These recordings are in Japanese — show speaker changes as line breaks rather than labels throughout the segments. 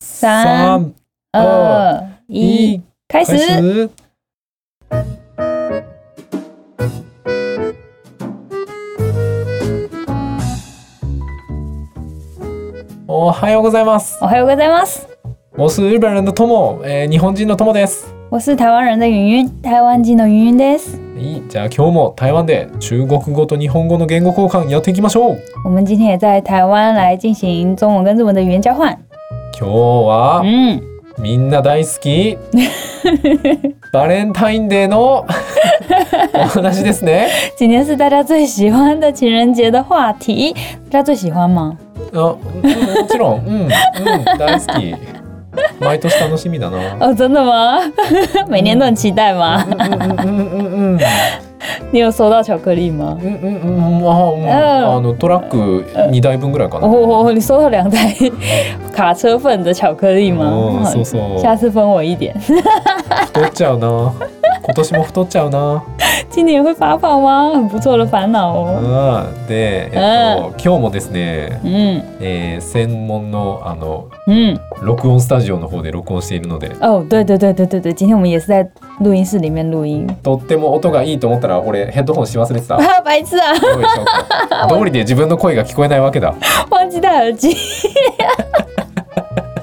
三、二、一，开始。
おはようございます。
おはようございます，
我是日本人的 Tomo、えー日本人の Tomo です。
我是台湾人的云云，台湾人的云云です。
いいじゃあ今日も台湾で中国語と日本語の言語交換やっていきましょう。
我们今天也在台湾来进行中文跟日文的语言交换。
今日は
嗯，
みんな大好きバレンタインデーのお話ですね。
今天是大家最喜欢的情人节的话题，大家最喜欢吗？
あうんもちろん、 うん、うん、大好き。毎年楽しみだな。
哦，真的吗？ 每年都很期待吗？
うんうんうんうん。
你有收到巧克力吗？
うんうんうんうんあうんあのトラック2台分ぐらいかな。
哦，你收到两台卡车份的巧克力吗？
うん
哦
そうそう。
下次分我一点。
太っちゃうな。今年も太っちゃうな。
今年会发胖吗？很不错的烦恼哦。
うん、で、えっと、今日もですね、
嗯
えー専門のあの
嗯，
録音スタジオの方で録音しているので、
哦，对对对对对对，今天我们也是在录音室里面录音。
とっても音がいいと思ったら、俺ヘッドホンし忘れてた。
啊， 白痴啊，
どうでしょう か。道理で自分の声が聞こえないわけだ。
忘记戴耳机。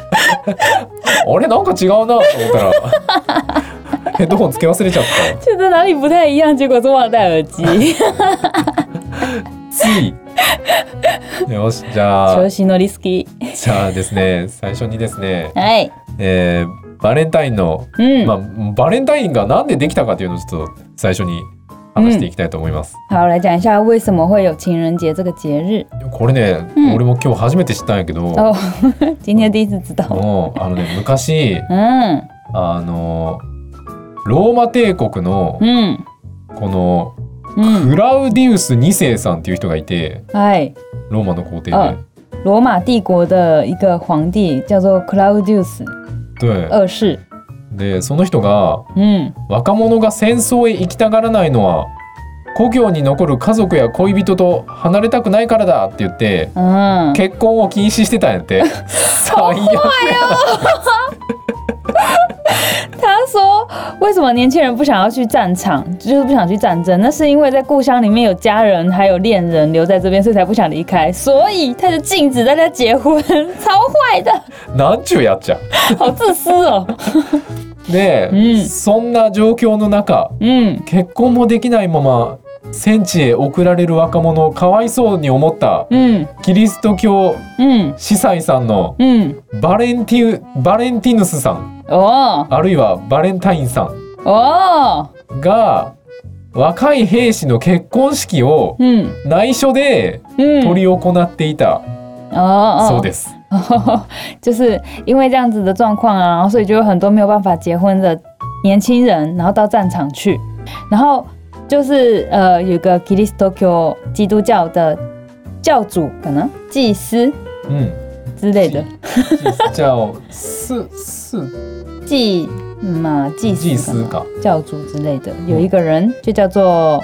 あれなんか違うなと思ったら、 ヘッドホンつけ忘れちゃっ
觉得哪里不太一样，结果是忘了戴耳 机。
た。つい。よし、じゃ
休
あ、
息のリスキー。
じゃあですね、最初にですね、
哎，
えーバレンタインの
嗯，
まあ、バレンタインがなんでできたかというのをちょっと最初に話していきたいと思います。
好，来讲一下为什么会有情人节这个节日。
これね、
うん
俺も今日初めて知ったんやけど、
哦， 今天第一次知道。
もうあのね昔
嗯
あのローマ帝国の
嗯
この
嗯，
クラウディウス2世さんっていう人がいて
哎，
ローマの皇帝で。
あ罗马帝国的一个皇帝叫做 Claudius
で
二世。
でその人が
嗯
若者が戦争へ行きたがらないのは故郷に残る家族や恋人と離れたくないからだって言って
嗯，
結婚を禁止してたんや って。最悪
他说：“为什么年轻人不想要去战场，就是不想去战争？那是因为在故乡里面有家人还有恋人留在这边，所以才不想离开。所以他就禁止大家结婚，超坏的，
なんちゅうやっちゃ
好自私哦。
で、
うん
そんな状況の中
嗯
結婚もできないまま戦地へ送られる若者をかわいそうに思った
嗯
キリスト教
嗯
司祭さんの
嗯，
バレンティウバレンティヌスさん
哦
あるいはバレンタインさん
哦，
が若い兵士の結婚式を
嗯
内緒で
嗯，
執り行っていた
哦哦，
そうです。
就是因为这样子的状况啊，然后所以就有很多没有办法结婚的年轻人，然后到战场去，然后就是呃，有个 k i r i s t o k y 基督教的教主，可能祭司
うん。
之类的，
じゃあスス
祭嘛祭司
ジース
可能
か
教主之类的，有一个人就叫做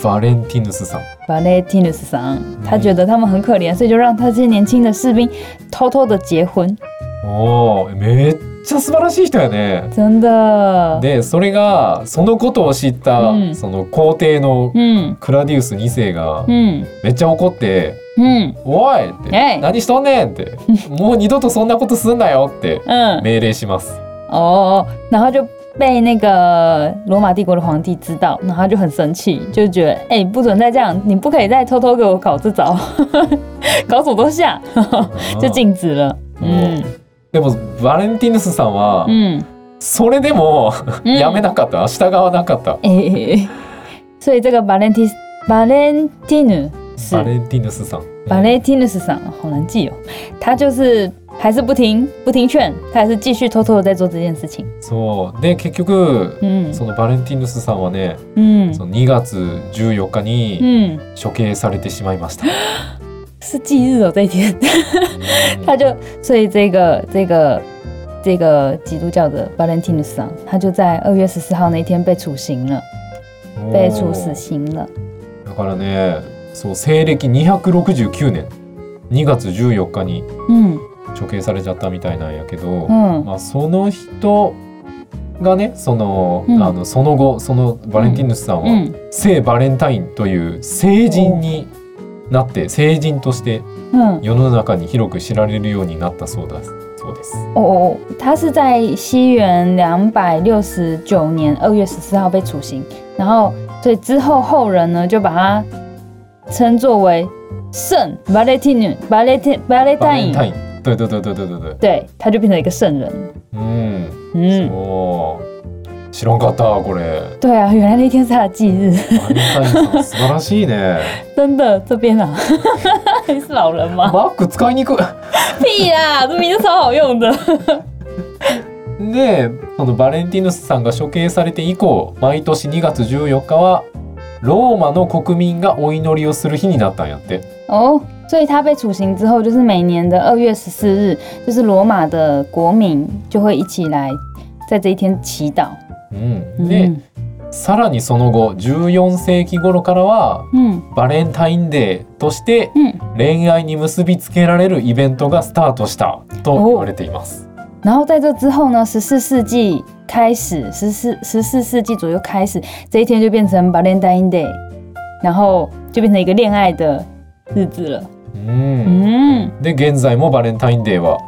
バレンティヌスさん。
Valentinus 桑，他觉得他们很可怜，所以就让他这些年轻的士兵偷偷的结婚，
おーめっちゃ素晴らしい人やね。
真的，
でそれがそのことを知った、
うん
その皇帝の
嗯
クラディウス2世が
嗯
めっちゃ怒って
嗯
「おい!」って
えい
何しとんね ん!」って「もう二度とそんなことすんなよ!」って
嗯。
命令します。
哦，然后就被那个罗马帝国的皇帝知道，然后他就很生气，就觉得哎、不准再这样，你不可以再偷偷给我搞这招， 搞什么东西啊？ 就禁止了。嗯
でもバレンティヌスさんは、
嗯
それでも
嗯
やめなかった従わなかった。
哎、所以这个 Valentin Valentinus
バレンティヌスさん。
Valentinus 上好难记哦，他就是还是不听不听劝，他还是继续偷偷的在做这件事情。
そうで結局、
嗯
そのバレンティヌスさんはね、
嗯
その2月14日に、
嗯，
処刑されてしまい ました。
是忌日哦这一天。他就所以这个这个这个基督教的 Valentinus 啊，他就在二月十四号那一天被处刑了，
おー
被处
哦
死刑了。
だからね、そう西暦269年2月14日に
嗯
処刑されちゃったみたいなんやけど、
うん
まあ、その人がねその,、
うん
あのその後そのバレンティヌスさんは、
うん
聖バレンタインという聖人になって聖人として
嗯，
世の中に広く知られるようになったそうです。そうです
哦，他是在西元两百六十九年二月十四号被处刑，然后所以之后后人呢就把他称作为圣巴雷蒂女巴雷蒂巴雷
バ
泰
レン
因，
タイン。对对对对对对对。
对，他就变成一个圣人。
うん。
嗯，
そう。知らんかったこれ。
对啊，原来那天是他的忌日，
バレンタインさん素晴らしいね。
真的这边啊， 你是老人吗？
バッグ使いにくい。
屁啦，这明明就超好用的。
で、そのバレンティヌスさんが処刑されて以降、毎年2月14日はローマの国民がお祈りをする日になったんやって。
哦，所以他被处刑之后，就是每年的二月十四日，就是罗马的国民就会一起来在这一天祈祷。
うん。で、
嗯
さらにその後14世紀頃からは
嗯
バレンタインデーとして
嗯，
恋愛に結びつけられるイベントがスタートしたと言われています。
然后在这之后呢，十四世纪开始，十四十四世纪左右开始，这一天就变成 Valentine Day，然后就变成一个恋爱的日子了。
うん。
嗯，
で現在もバレンタインデーは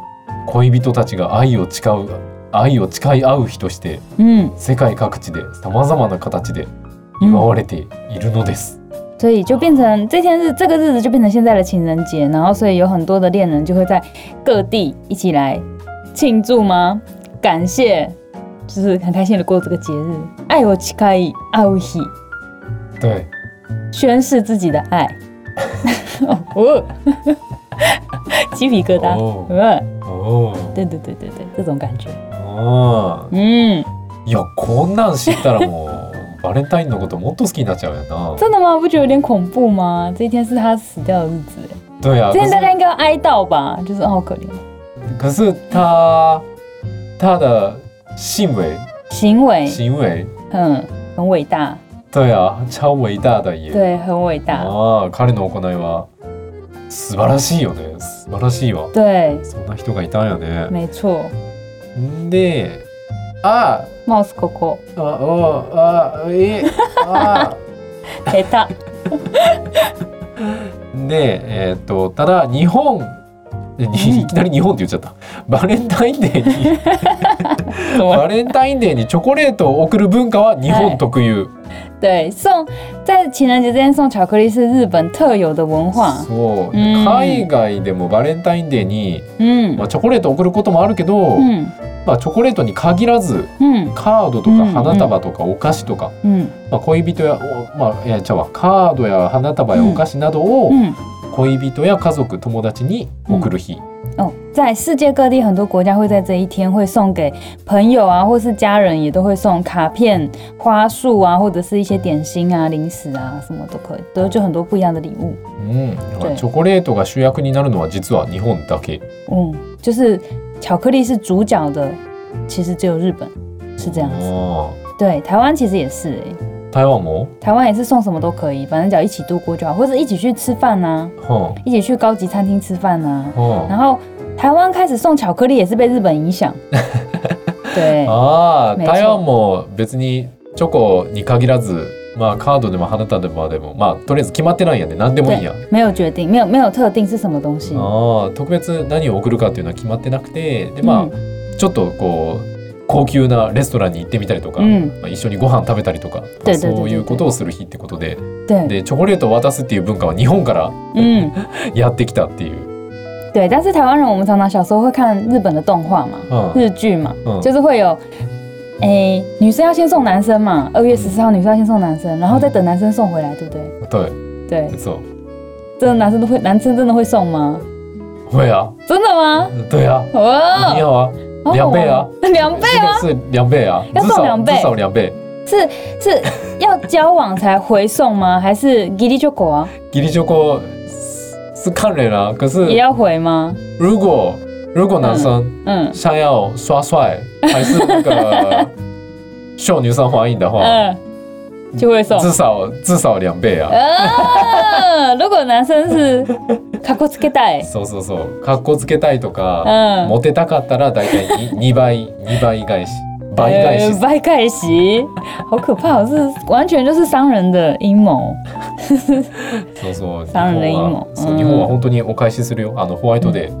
恋人たちが愛を誓う愛を誓い合う日として
嗯
世界各地でさまざまな形で祝
嗯，
われているのです。
所以就变成这天日这个日子就变成现在的情人节，然后所以有很多的恋人就会在各地一起来庆祝吗？感谢，就是很开心的过这个节日。爱我乞丐奥喜，
对
宣誓自己的爱。 哦， 鸡皮疙瘩。
おー
嗯，
おー
对对对对对，这种感觉。
あ
嗯，
ーいやこんなん知ったらもうバレンタインのこともっと好きになっちゃうよな。
真的吗？不觉得有点恐怖吗？这一天是他死掉的日子，
对啊，
这
可
天大家
是
应该要哀悼吧？就是哦好可怜，
可是他他的行为
行为，
行为
嗯，很伟大，
对啊超伟大的耶。
对，哦很伟大，
ああ彼の行いは素晴らしいよね素晴らしいわ
对，
そんな人がいたんやね
没错。
んであ
Mouse Coco
あああえあ
黑大，
でえーっとただ日本にいきなり日本って言っちゃったバレンタインデーに
怎么
バレンタインデーにチョコレートを贈る文化は日本特有
对送在情人节这天送巧克力是日本特有的文化，
そ
う
う
ん
海外でもバレンタインデーに、
嗯
まあ、チョコレートを贈ることもあるけど、
嗯
まあ、チョコレートに限らず
嗯
カードと
うんう
か
ん
花束とかお菓子とか、
嗯
まあ、恋人やお、まあ、いやちゃうわカードや花束やお菓子などを
嗯
恋人や家族友達に送る日、
哦，在世界各地很多国家会在这一天会送给朋友啊，或是家人，也都会送卡片、花束啊，或者是一些点心啊、零食啊，什么都可以，都就很多不一样的礼物。
うんだか
对
らチョコレートが主役になるのは実は日本だけ
嗯，就是巧克力是主角的，其实只有日本是这样子。
あ
对，台湾其实也是、欸，
ー台湾も、
台湾也是送什么都可以，反正只要一起度过就好，或者一起去吃饭呐、
は
一起去高级餐厅吃饭呐、
あは
然后台湾开始送巧克力也是被日本影响，对。
哦ああー
めっちゃ
台湾も別にチョコに限らずまあカードでも花束でもまあとりあえず決まってないんやね何でもいいや
没有决定，没有没有特定是什么东西。
あー特別何を送るかっていうのは決まってなくてでまあ、
うん
ちょっとこう高級なレストランに行ってみたりとか、
うん
まあ、一緒にご飯食べたりとか、
对对对
そういうことをする日ってことで
对，
でチョコレートを渡すっていう文化は日本から
嗯，
やってきたっていう。
对。但是台湾人，我们常常小时候会看日本的动画嘛，
うん
日剧嘛，
嗯
就是会有，诶，女生要先送男生嘛，二月十四号女生要先送男生，然后再等男生送回来，对不对？
嗯对
对，
そう
真的男生都会，男生真的会送吗？
会啊，
真的吗？
对啊，
哦
你，好啊，
好好玩
两倍啊，
两倍哦吗？
这个是两倍啊，
要
至
送
少
两倍
至少两倍。
是是要交往才回送吗？还是ギリチョコ啊？
ギリチョコ是是看人啊，可
也
是
要回吗？
如果如果男生
嗯
想要刷帅还是那个秀女生欢迎的话，
嗯，就会送。
至少至少两倍啊。
呃，如果男生是かっこつけたい。
そうそうそうかっこつけたいとか、
うん
モテたかったら大体2 倍2倍返し倍返し
呃
する、
掰盖席，好可怕！这完全就是商人的阴谋。
そうそう日
三連
本
も
はそううん日本は本当にお返しするよあのホワイトデーで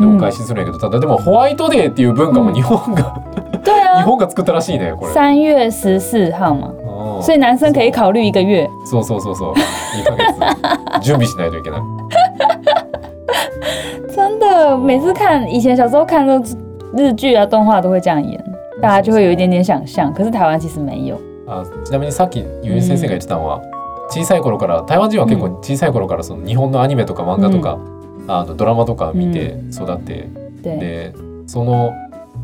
うん
お返しするんやけど、ただでもホワイトデーっていう文化も日本が、
对
日
啊，
本が作ったらしいねこれ。
三月十四号嘛，
うん
所以男生可以考虑一个月。
そうそうそうそう2ヶ月準備しないといけない。
真的，每次看以前小时候看的日剧啊、动画都会这样演，大家就会有一点点想象。可是台湾其实没有。
あちなみにさっきゆう先生が言ってたのは、小さい頃から台湾人は結構小さい頃からその日本のアニメとか漫画とか、あのドラマとか見て育って、
对，
でその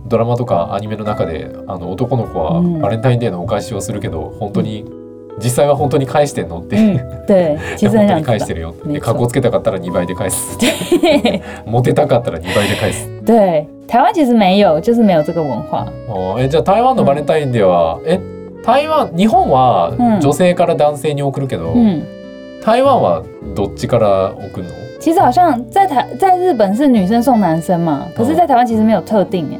ドラマとかアニメの中であの男の子は
うん
バレンタインデーのお返しをするけど本当に実際は本当に返してんのって。
嗯，对，
い
其
や
实很
本当
想
に返し
知道。
てるよ。
めっ
で、
ちゃ
格好つけたかったら2倍で 返す。モテたかったら2倍で返す。
对，台湾其实没有，就是没有这个文化。
あーえじゃあ台湾のバレンタインデーは、え台湾日本は
うん
女性から男性に送るけど、
嗯，
台湾はどっちから送るの
其实好像在台在日本是女生送男生嘛，可是在台湾其实没有特定哎。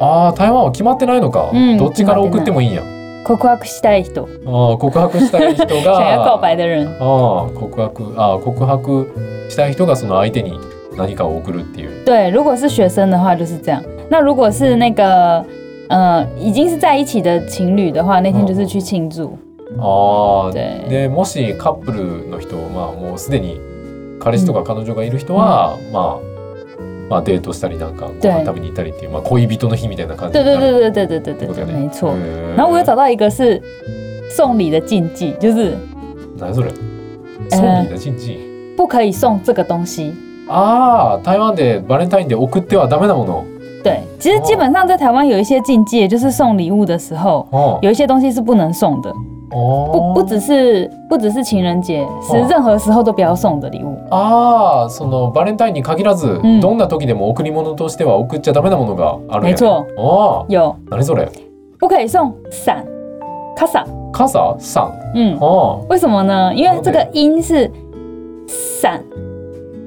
ああ台湾は決まってないのか、
うん
どっちから送ってもいいんや
告白したい人，
あー告白したい人 が
想要告白的人。
あー告白あー告白したい人がその相手に何かを送るっていう
对，如果是学生的话就是这样。那如果是那个呃已经是在一起的情侣的话，那天就是去庆祝。
あー
对，
でもしカップルの人まあもうすでに彼氏とか彼女がいる人は、まあまあデートしたりなんかご飯食べに行ったりっていう、まあ、恋人の日みたいな感じ
对
にな
对
る
对对对对对
我
对，
懂了
没错。
へー
然后我有找到一个是送礼的禁忌，就是
何それ送礼の人事、
不可以送这个东西。
ああ台湾でバレンタインで送ってはダメなもの
对，其实基本上在台湾有一些禁忌，就是送礼物的时候，
あ
有一些东西是不能送的。不不只是不只是情人节，是
哦
任何时候都不要送的礼物。
ああそのバレンタインに限らず、
ん
どんな時でも贈り物としては送っちゃダメなものがあるんや
没错，
ああ
有
何それ
不可以送伞，卡伞。
傘さん
嗯，
あ
为什么呢？因为这个音是伞，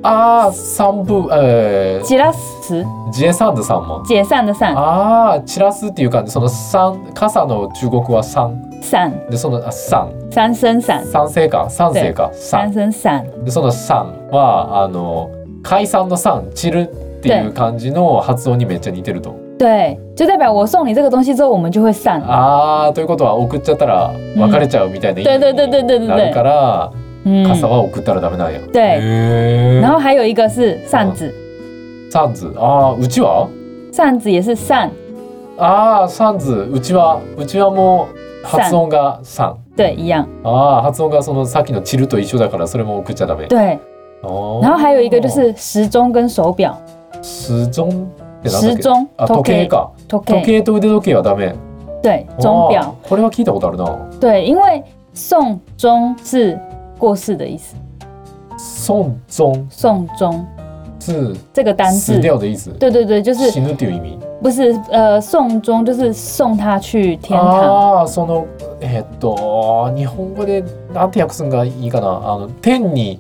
ああー散布えー
吉拉斯
ジェサンズさんも
解散的
啊
散，
ああ散らすっていう感じその散傘の中国は散
伞
でそのあ散
三声伞，
三世か三世か
三
散
声伞。
でその散はあの解散の散散るっていう感じの発音にめっちゃ似てると
对，就代表我送你这个东西之后，我们就会散。
啊あーということは送っちゃったら別れちゃうみたいな意
对对对
味
对对
に
对
なるか
对，
ら
嗯
傘は送ったらダメなんや。
对。
へ
然
ー
后还有一个是扇
哦
子，
サンズあーうちは
扇子也是扇，
あーサンズうちはうちはもう発音がサン
对，一样。
あー発音がそのさっきのチルと一緒だからそれも送っちゃダメ。
对，
然
然后还有一个就是时钟跟手表，
哦時鐘ってなんだ
时
っけ
钟
あ時計か
時計
時計と腕時計はダメ。
对
哦
钟表
あーこれは聞いたことあるな。
对，因为送钟是过世的意思，
ソンゾン
送钟
ツ
这个单
死
字，
掉的意思。
对对对，就是
死ぬっていう意味。
不是呃送钟就是送他去天堂，
ああそのえーっと日本語でなんて訳すんがいいかなあの天に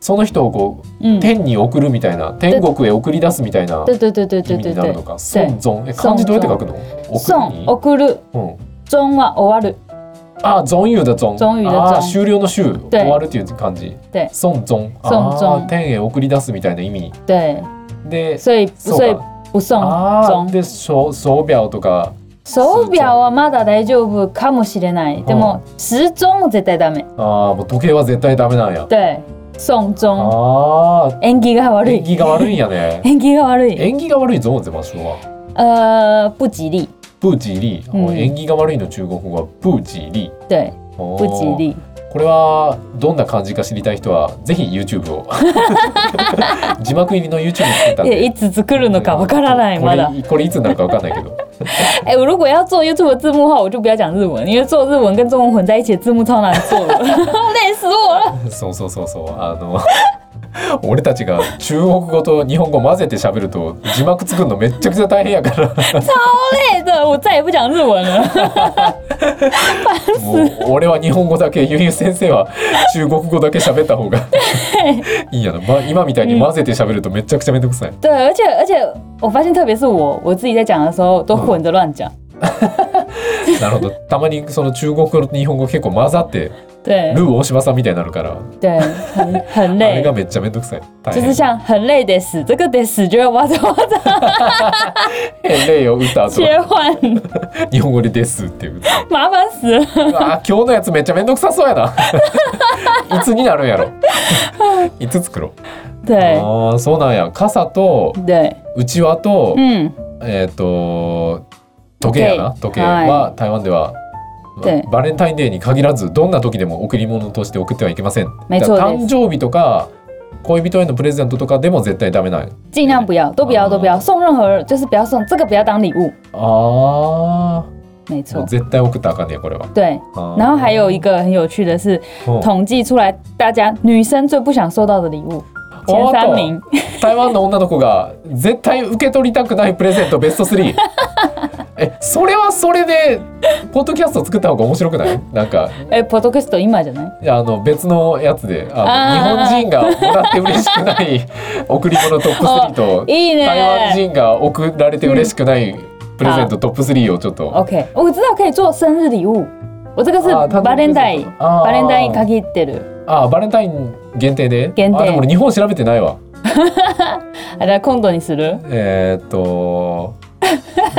その人をこう
嗯，
天に送るみたいな天国へ送り出すみたいな
对对对对
意
对
味
对
になる
对
の，か孫存え漢字どうやって書くの送る
送
に
送る
うん
钟啊，終わる，
ああ存有だ存
存有だ存
ああ終了の終終わるっていう感じ
对
孫存
孫存
ああ天へ送り出すみたいな意味
对，
で
所以
そう
所以
か
不送
ああ
钟。
で手手表とか
手表はまだ大丈夫かもしれない。でも時鐘は絶対ダメ。
ああもう時計は絶対ダメなんや
对，送钟
ああ
縁起が悪
縁
い。
起が悪いんや ね
縁起が悪い。
縁起が悪いゾーンって場所は
呃，不吉利，
プーチーリー、
うん
縁起が悪いの中国語はプーチーリー
对，
お
不吉
ー
利。
これはどんな感じか知りたい人はぜひ YouTube を 字幕入りの YouTube 作ったん
いや
で
いつ作るのかわからない
こ
ま
れ
だ。
これいつになるかわかんないけど
哎、我如果要做 YouTube 的字幕的话，我就不要讲日文，因为做日文跟 中文混在一起的字幕超难做的，累死我了。
そうそうそうそうあの 俺たちが中国語と日本語混ぜて喋ると字幕作るのめっちゃくちゃ大変 やから
累的， 我再也不讲日文了。
もう俺は日本語だけゆゆ先生は中国語だけ喋った 方がいいんやな、ま、今みたいに混ぜて喋るとめちゃくちゃめんどくさい、
对，而且而且我发现，特别是我我自己在讲的时候，都混着乱讲。
なるほどたまにその中国語と日本語結構混ざって
对
ルー大柴さんみたいになるから
对，很很
あ
累
れ が。めっちゃめんどくさい大
就
変
是像很累得死，这个得死就会哇嚓哇嚓
変例を打った後
切换，
日本語で「です」っていう
麻烦死了。
うわー今日のやつめっちゃめんどくさそうや ないつになるんやろいつ作ろう
对
あーそうなんや傘と
对，
うちわと、
嗯，
えっ、と時計やな
時計
時計は台湾では、
で
バレンタインデーに限らずどんな時でも贈り物として送ってはいけません
没
だ
错
から
です
誕生日とか恋人へのプレゼントとかでも絶対ダメなんや
尽量不要，都不要，都不要送任何人，就是不要送这个，不要当礼物。
あ
没
ーも
错
う，絶対送ったらあかんねやこれは
对。
あー
然后还有一个很有趣的是，
うん
统计出来大家女生最不想收到的礼物前三名，
台湾の女の子が絶対受け取りたくないプレゼントベスト3 えそれはそれでポッドキャスト作った方が面白くないなんか
哎、p o d c a s t 今じゃない？
あの別のやつであの
あー
日本人がもらって嬉しくない 贈り物トップ3と
いい
台湾
ね。
人が贈られて嬉しくないプレゼントトップ3をちょっと
OK，我知道可以做生日礼物，我这个是
啊他的
Valentine，
啊
Valentine 限ってる。
あバレンタイン限定で
限定
あでも俺日本調べてないわ
あれ今度にする？
えーっと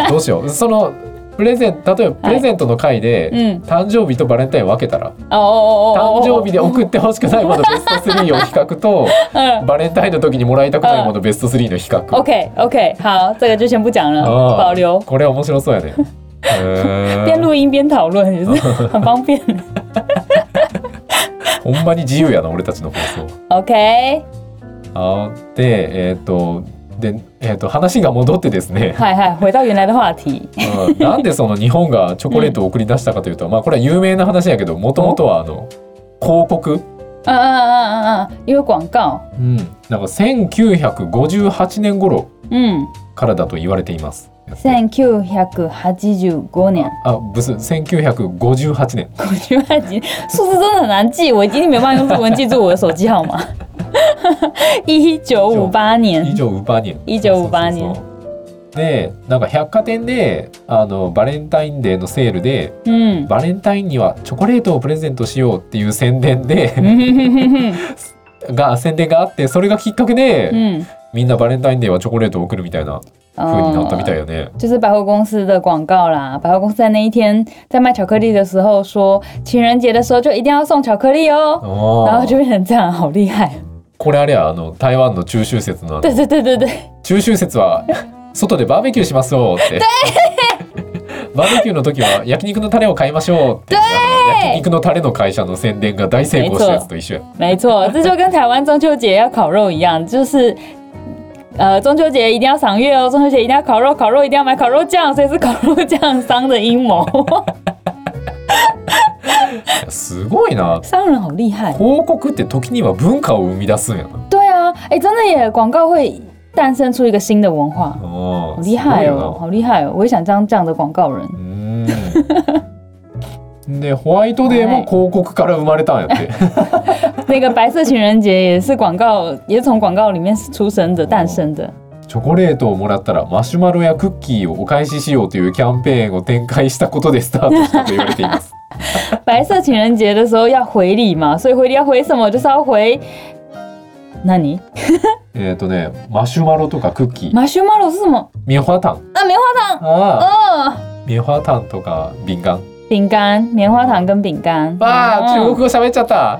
どうしようそのプレゼン例えばプレゼントの回で、
うん。
誕生日とバレンタイン分けたら
あおおお
誕
お。
生日で送ってほしくないものベスト3を比較と
嗯。
バレンタインの時にもらいたくないものベスト3の比較
OK OK，好，这个就先不讲了，
あー
保留。
これは面白そうやねへ
边
ー
录音边讨论也是很方便。
ほんまに自由やな俺たちの放送
OK，
あーでえーっとでえーっと話が戻ってですね、
嗨嗨，回到原来的话题。
うんなんでその日本がチョコレートを送り出したかというと、まあこれは有名な話やけどもともとはあの広告、
嗯嗯嗯嗯嗯，因为广告，
うん、なんか1958年頃
嗯。
からだと言われています。
1985年，
あ、ブス、1958年。
我觉得记数字真的很难记，我一定没办法用中文记住我的手机号码。一九五八
以
年，
上ウーバーニン。
1958年
そうそうそうで、なんか百貨店で、あのバレンタインデーのセールで、
嗯，
バレンタインにはチョコレートをプレゼントしようっていう宣伝で、
嗯哼哼哼哼
が宣伝があって、それがきっかけで、
嗯，
みんなバレンタインデーはチョコレートを送るみたいな風になったみたいよね。
嗯就是百货公司的广告啦。百货公司在那一天在卖巧克力的时候说，情人节的时候就一定要送巧克力哦，然
あ
后就
ー
变成这样，好厉害。
これあれやあの台湾の中秋節のあの
对对对对对，
中秋節は外でバーベキューしましょうって。バーベキューの時は焼肉のタレを買いましょうって。あの焼肉のタレの会社の宣伝が大成功したやつと一緒や。
没错，这就跟台湾中秋节要烤肉一样，就是。呃，中秋节一定要赏月哦！中秋节一定要烤肉，烤肉一定要买烤肉酱，所以是烤肉酱商的阴谋。
いやすごいな。
商人好厉害。
広告って時には文化を生み出すんやな。
对啊，哎、真的耶！广告会诞生出一个新的文化，
あ
好
ー
厉害
すごい
哦
よ，
好厉害哦！我也想当这样的广告人。
なうーん。でホワイトデーも広告から生まれたんやって。
那个白色情人节也是广告，也是从广告里面出生的、诞生的。
チョコレートをもらったらマシュマロやクッキーをお返ししようというキャンペーンを展開したことでスタートしたと言われてい ます。
白色情人节的时候要回礼嘛，所以回礼要回什么？就是要回。那你
えっとね、マシュマロとかクッキー、
马修马鲁是什么？
棉花糖。
啊，棉花糖。
ああ、
哦，
棉花糖とか饼干。
饼干、棉花糖跟饼干。
わあ、中
哦
国
啊
語喋っちゃった。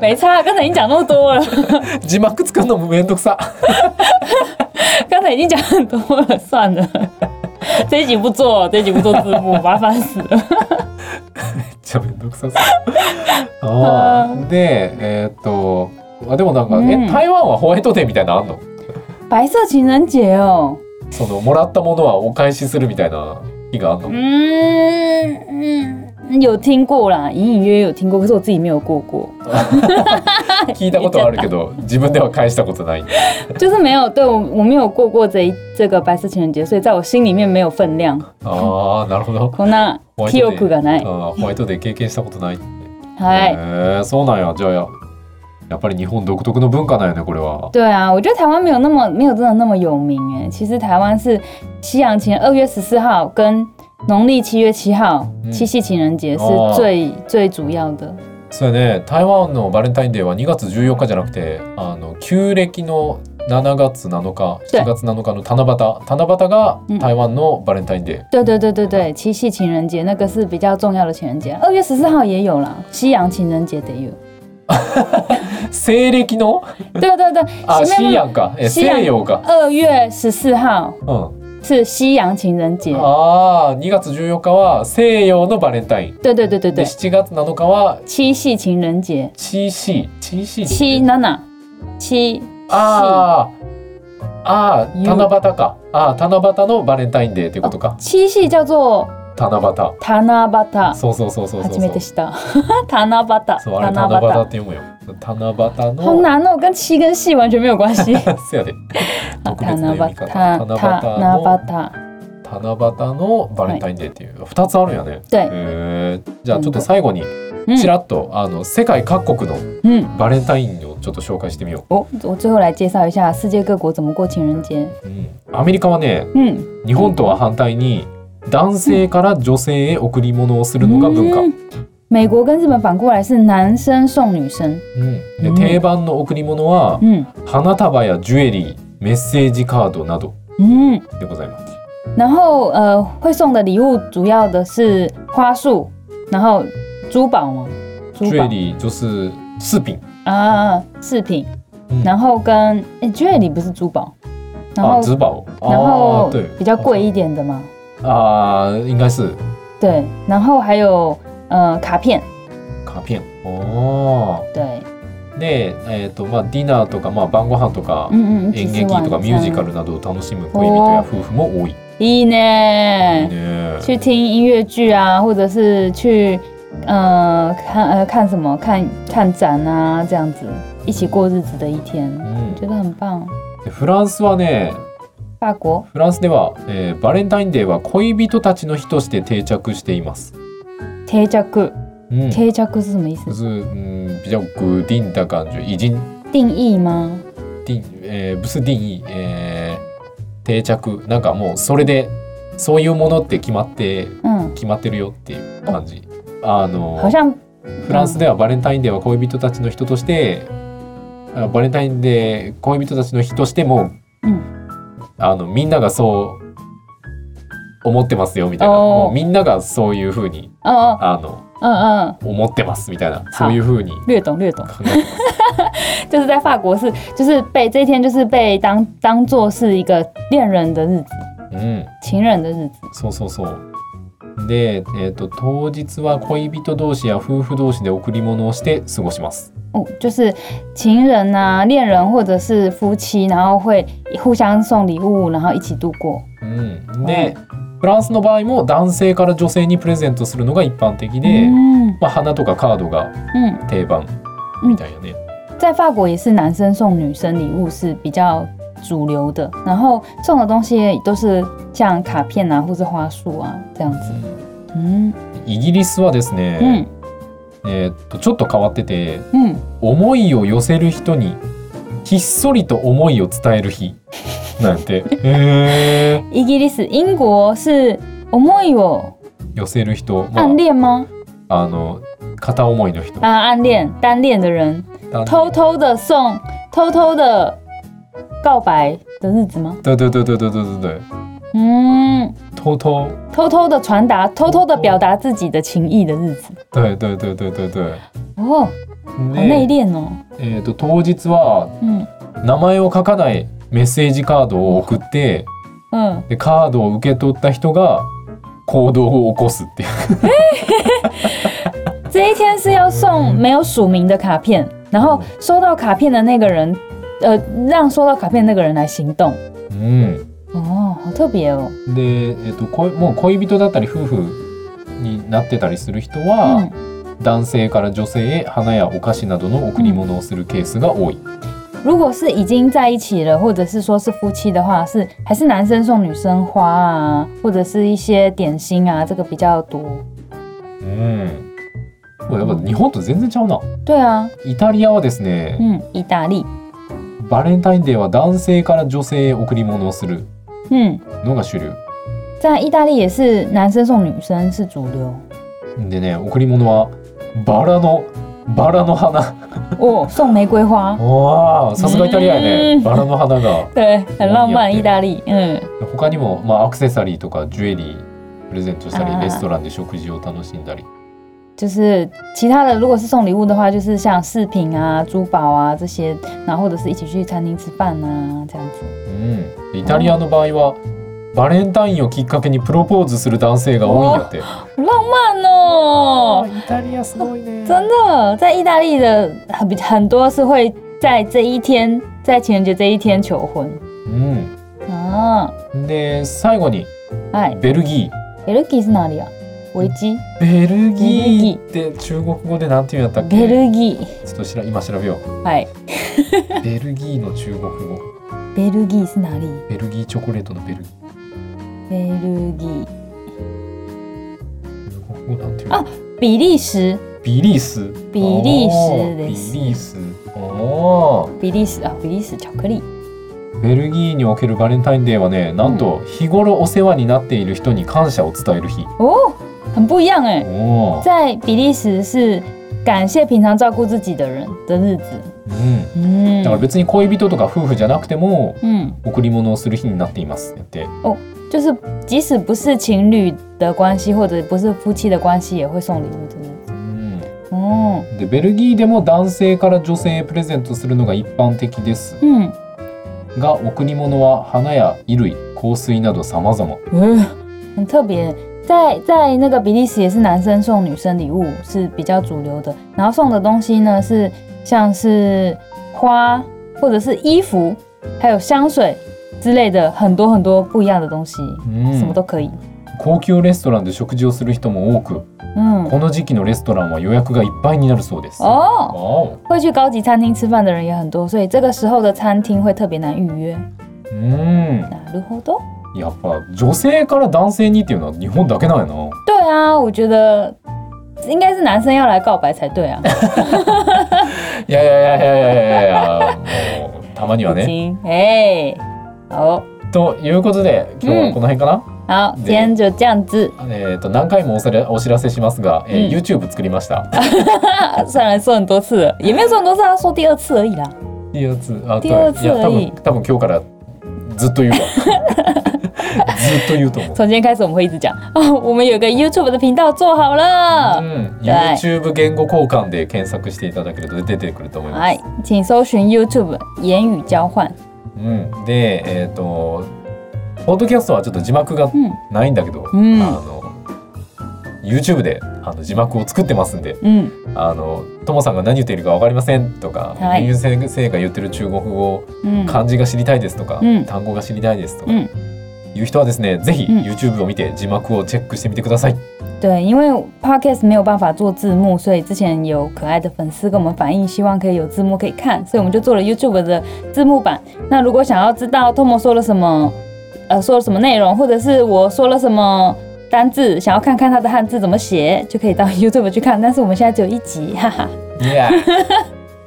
没差，刚才已经讲那么多了，
字幕作るのもめんどくさ。
刚才已经讲很多了，算了。 这一集不做，这一集不做字幕，麻烦死了。
めっちゃめんどく さそう。ああ、で、えっと、あでもなんか、
うん
え、台湾はホワイトデーみたいなのあんの？
白色情人节哦，
そのもらったものはお返しするみたいな日があんの？
嗯嗯，有听过啦，隐隐约约有听过，可是我自己没有过过。对
聞いたことあるけど自分では返したことない。
就是没有对我我没有过过这一这个白色情人节，所以在我心里面没有分量。
ああなるほど。
こんな
ホワイ
記
トデ
憶がな
ー
い。
あーホワイトデー経験したことない。
は
へ
い。
ーそうなんやじゃあややっぱり日本独特の文化なんやねこれは。
对啊，我觉得台湾没有那么没有真的那么有名哎。其实台湾是西洋情人二月十四号跟农历七月七号、
嗯
七夕情人节是
哦
最、最主要的。
そうやね台湾のバレンタインデーは2月14日じゃなくてあの旧暦の7月7日
对
7月7日の七夕七夕が
うん
台湾のバレンタインデー。
对对对对对，七夕情人节那个是比较重要的情人节，二月十四号也有啦，西洋情人节得有。
西暦の
对对对，没
あ
有
西
没有
洋かえ
西洋
西洋か。
二月十四号
うん。
是西洋情人节。
ああ2月14日は西洋のバレンタイン。
对对对对
で
对，
7月7日は
七夕情人节，
七夕七夕
七娜娜，七
ああああ
夕
七夕かああ七夕のバレンタインデーっていうことか
七夕叫做
七夕
塔纳巴塔。
そうそうそうそうそう
初
そ
め
う
て知った。 塔纳巴塔，
そうあれ
塔
七
纳巴
夕
塔
って読むよ七夕
好
の
难哦，跟 七跟系完全没有关系。
せやで特別な
塔
読み
塔
方
塔纳巴塔，
七夕のバレンタインデーっていう二つあるんやね
对，
へえじゃあちょっと最後に
嗯
ちらっとあの世界各国の
嗯。
バレンタインをちょっと紹介してみよ
我我最后来介绍一下世界各国怎么过情人节。
う、うんアメリカはね
嗯，
日本とは反対に男性から女性へ贈り物をするのが文化、
嗯美国跟日本反过来是男生送女生。
うんで
うん
定番の贈り物は
嗯
花束やジュエリーメッセージカードなど
嗯，
でございます
然后呃，会送的礼物主要的是花束，然后珠宝嘛，珠
ジュ
宝
エリー就是饰品
啊，饰品，
嗯哦
然后跟诶 j e 不是珠宝，然后
あズバを
然
あ
后
哦ー对
比较贵一点的嘛，
あー应该是
对，然后还有呃卡片，
卡片お
对，
ーで、えーとまあ、ディナーとか、まあ、晩ご飯とか、
嗯嗯嗯，
演劇とかミュージカルなどを楽しむ恋人や夫婦も多い。い
いい
い
ね，
ね
去听音乐剧啊，或者是去呃看呃看什么看看展啊，这样子一起过日子的一天，
うん
觉得很棒。
でフランスはね
法国
フランスでは、えーバレンタインデーは恋人たちの日として定着しています。
贴着裤，
うん
贴着裤是什么意思
就？是嗯比较固定的感觉，已经
定义吗？
定えー、不是定義、えー、定着なんかもうそれでそういうものって決まって
嗯，
決まってるよっていう感じ。あの
好像呃
フランスではバレンタインデーは恋人たちの人としてあバレンタインデー恋人たちの日としても、
うん
あのみんながそう思ってますよみたいな
おー
もうみんながそういうふうに
哦哦，
あの
嗯嗯，
思ってますみたいなそういうふうに
略懂略懂，
考え てます。
就是在法国是就是被这一天就是被当当做是一个恋人的日子，
うん
情人的日子。
そうそうそう。で、えー、と当日は恋人同士や夫婦同士で贈り物をして過ごします。
哦，就是情人啊、恋人或者是夫妻，然后会互相送礼物，然后一起度过。
うん、で、フランスの場合も男性から女性にプレゼントするのが一般的で、
嗯
まあ、花とかカードが
嗯，
定番みたいなね。
在法国也是男生送女生礼物是比较主流的，然后送的东西也都是像卡片啊，或是花束啊这样子。嗯
イギリスはですね
嗯、
えー、とちょっと変わってて
嗯，
思いを寄せる人にひっそりと思いを伝える日 なんてへー
伊吉利斯，英国是 omoi 哦，
寄せる人、ま
暗恋吗？
あ、あの片思いの人。
啊，暗恋、单恋的人，偷偷的送，偷偷的告白的日子吗？
对对对对对对对对，
嗯，
偷偷，
偷偷的传达，偷偷的表达自己的情意的日子。
对对对对对对。
哦，好内
で、
敛哦。
えっ、と当日は
嗯
名前を書かないメッセージカードを送って、
嗯，
でカードを受け取った人が行動を起こすっていう。
这一天是要送
嗯
没有署名的卡片，然后收到卡片的那个人，呃，让收到卡片的那个人来行动。
うん。
哦，好特别哦。
で、えっ、と恋もう恋人だったり夫婦になってたりする人
嗯
は、男性から女性へ花やお菓子などの贈り物をするケースが多い。
如果是已经在一起了，或者是说是夫妻的话，是还是男生送女生花啊，或者是一些点心啊，这个比较多。
うん。もうやっぱ日本と全然ちゃうな。
对啊，
イタリアはですね、
嗯，意大利，
バレンタインデーは男性から女性へ贈り物をする
嗯，
のが主流。
在意大利也是男生送女生是主流。
でね、贈り物はバラのバラの花。
哦，送玫瑰花，
わあ、さすがイタリアや
う
ね。
ん
バラの花が。
对，很浪漫，意大利，嗯，
他にも、まあ、アクセサリーとかジュエリープレゼントした
あー
りレストランで食事を楽しんだり
就是其他的，如果是送礼物的话，就是像饰品啊、珠宝啊这些，然后或者是一起去餐厅吃饭啊这样子。
うん、イタリアの場合はバレンタインをきっかけにプロポーズする男性が多いんだって
好浪漫哦，
イタリアすごいね
真的，在意大利的很比很多是会在这一天，在情人节这一天求婚
う
啊。
ん、で最後に
哎
ベルギー
b e l g i 是哪里啊？维基
ベルギーって中国語でなんて言うんやったっけ
b e l g i
ちょっとしら今調べよ
哎
うベルギーの中国語
b e l g i 是哪里
ベルギーチョコレートのベルギ
b e l g i
ー中国語なんて言う
あ比利时，
ビリース
比利
あ
时
ー
で
ビリー
す。
スおー
比利时啊，比利时巧克力。
ベルギーにおけるバレンタインデーはねなんと日頃お世話になっている人に感謝を伝える日、
哦，很不一样哎、
おー
在比利时是感谢平常照顾自己的人的日子。
うん、
嗯
だから別に恋人とか夫婦じゃなくても
嗯，
贈り物をする日になっていますやって
就是即使不是情侣的关系，或者不是夫妻的关系，也会送礼物的那种。
うん
哦，
でベルギーでも男性から女性へプレゼントするのが一般的です
嗯，
が贈り物は花や衣類香水など様々
嗯，很特别。在在那个比利时也是男生送女生礼物是比较主流的，然后送的东西呢是像是花或者是衣服，还有香水之类的，很多很多不一样的东西，
うん
什么都可以。
高級レストランで食事をする人も多く
嗯，
この時期のレストランは予約がいっぱいになるそうです
哦，
わお
会去高级餐厅吃饭的人也很多，所以这个时候的餐厅会特别难预约。
うん
なるほど。
やっぱ女性から男性にっていうのは日本だけなんやな。
对啊，我觉得应该是男生要来告白才对啊。
いやいやいやいやいやいやいや、もうたまには
已
ね。
经哎，好
ということで今日はこの辺かな。
好，今天就这样子。
えっ、と何回もおされお知らせしますが、えー
うん
YouTube 作りました。
啊虽然说很多次了，也没有说很多次啊，他说第二次而已啦。
いいやつあと
第二次
いや
は
多
いい
分多分今日からずっと言 うわ。ずっと言うと思う。
从今天开始我们会一直讲 哦，我们有个 YouTube 的频道做好
う
了。
ん、
はい
YouTube 言語交換で検索していただけると出てくると思います。
哎，请搜寻 YouTube 言语交换。
うん、で、えっ、と、ポッドキャストはちょっと字幕が
嗯
ないんだけど、
うん
あの YouTube であの字幕を作ってますんで
嗯，
あのトモさんが何言っているか分かりませんとか、
はい
ユウ先生が言ってる中国語、
嗯
漢字が知りたいですとか、
うん
単語が知りたいですとか、
うん
いう人はですねぜひ
うん
YouTube を見て字幕をチェックしてみてください。
对，因为 podcast 没有办法做字幕，所以之前有可爱的粉丝跟我们反映，希望可以有字幕可以看，所以我们就做了 YouTube 的字幕版。那如果想要知道 Tom 说了什么，呃，说了什么内容，或者是我说了什么单字，想要看看它的汉字怎么写，就可以到 YouTube 去看。但是我们现在只有一集，哈哈。
いや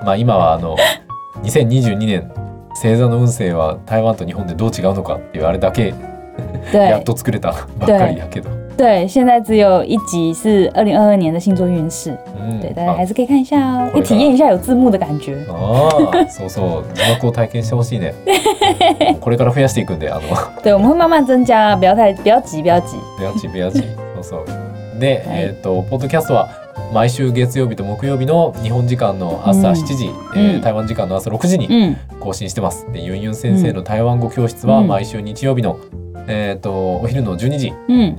まあ今はあの2022年星座の運勢は台湾と日本でどう違うのかっていうあれだけや
对
っと作れた ばっかりやけど、う
对，现在只有一集是二零二二年的星座运势，
ん
对，大家
あ
还是可以看一下哦，可以
これが
体验一下有字幕的感觉。
ああ、そうそう、字幕を体験してほしいね。 これから増やしていくんで、あの、
对，我们会慢慢增加，不要太不要急，不要急。
ベアチベアチ、そうそう。で、
はい
えっ、と、ポッドキャストは毎週月曜日と木曜日の日本時間の朝
うん
7時、えー
うん
台湾時間の朝6時に
嗯
更新してます。で、ユンユン先生の台湾語教室は
うん
毎週日曜日の、えっ、と、お昼の12時、
嗯。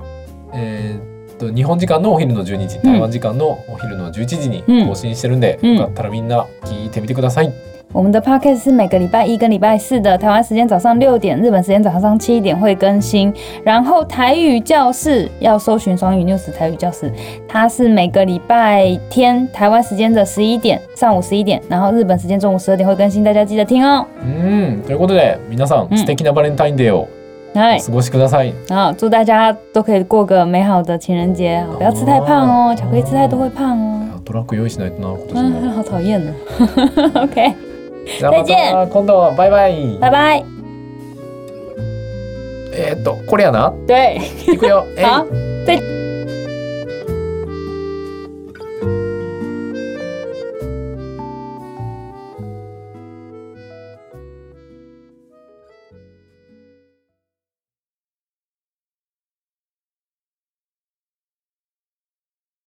えーと日本時間のお昼の12時、台湾時間のお昼の11時に更新してるんで、
うん
よかったらみんな聞いてみてください。
我们的 podcast 是每个礼拜一跟礼拜四的台湾时间早上六点，日本时间早上七点会更新。然后台语教室要搜寻双语 news 台语教室，它是每个礼拜天台湾时间的十一点，上午十一点，然后日本时间中午十二点会更新，大家记得听哦。
うんということで皆さ
うんん
素敵なバレンタインデーを
はい
お。過ごしください。
然后祝大家都可以过个美好的情人节，不要吃太胖哦，巧克力吃太多会胖哦。
あトラック用意しないとな今年
嗯，
も。
好讨厌呢。OK，哦
じゃあまた今度バイバイ。
拜拜。
えーっとこれやな。
对，
いくよ。えい
好。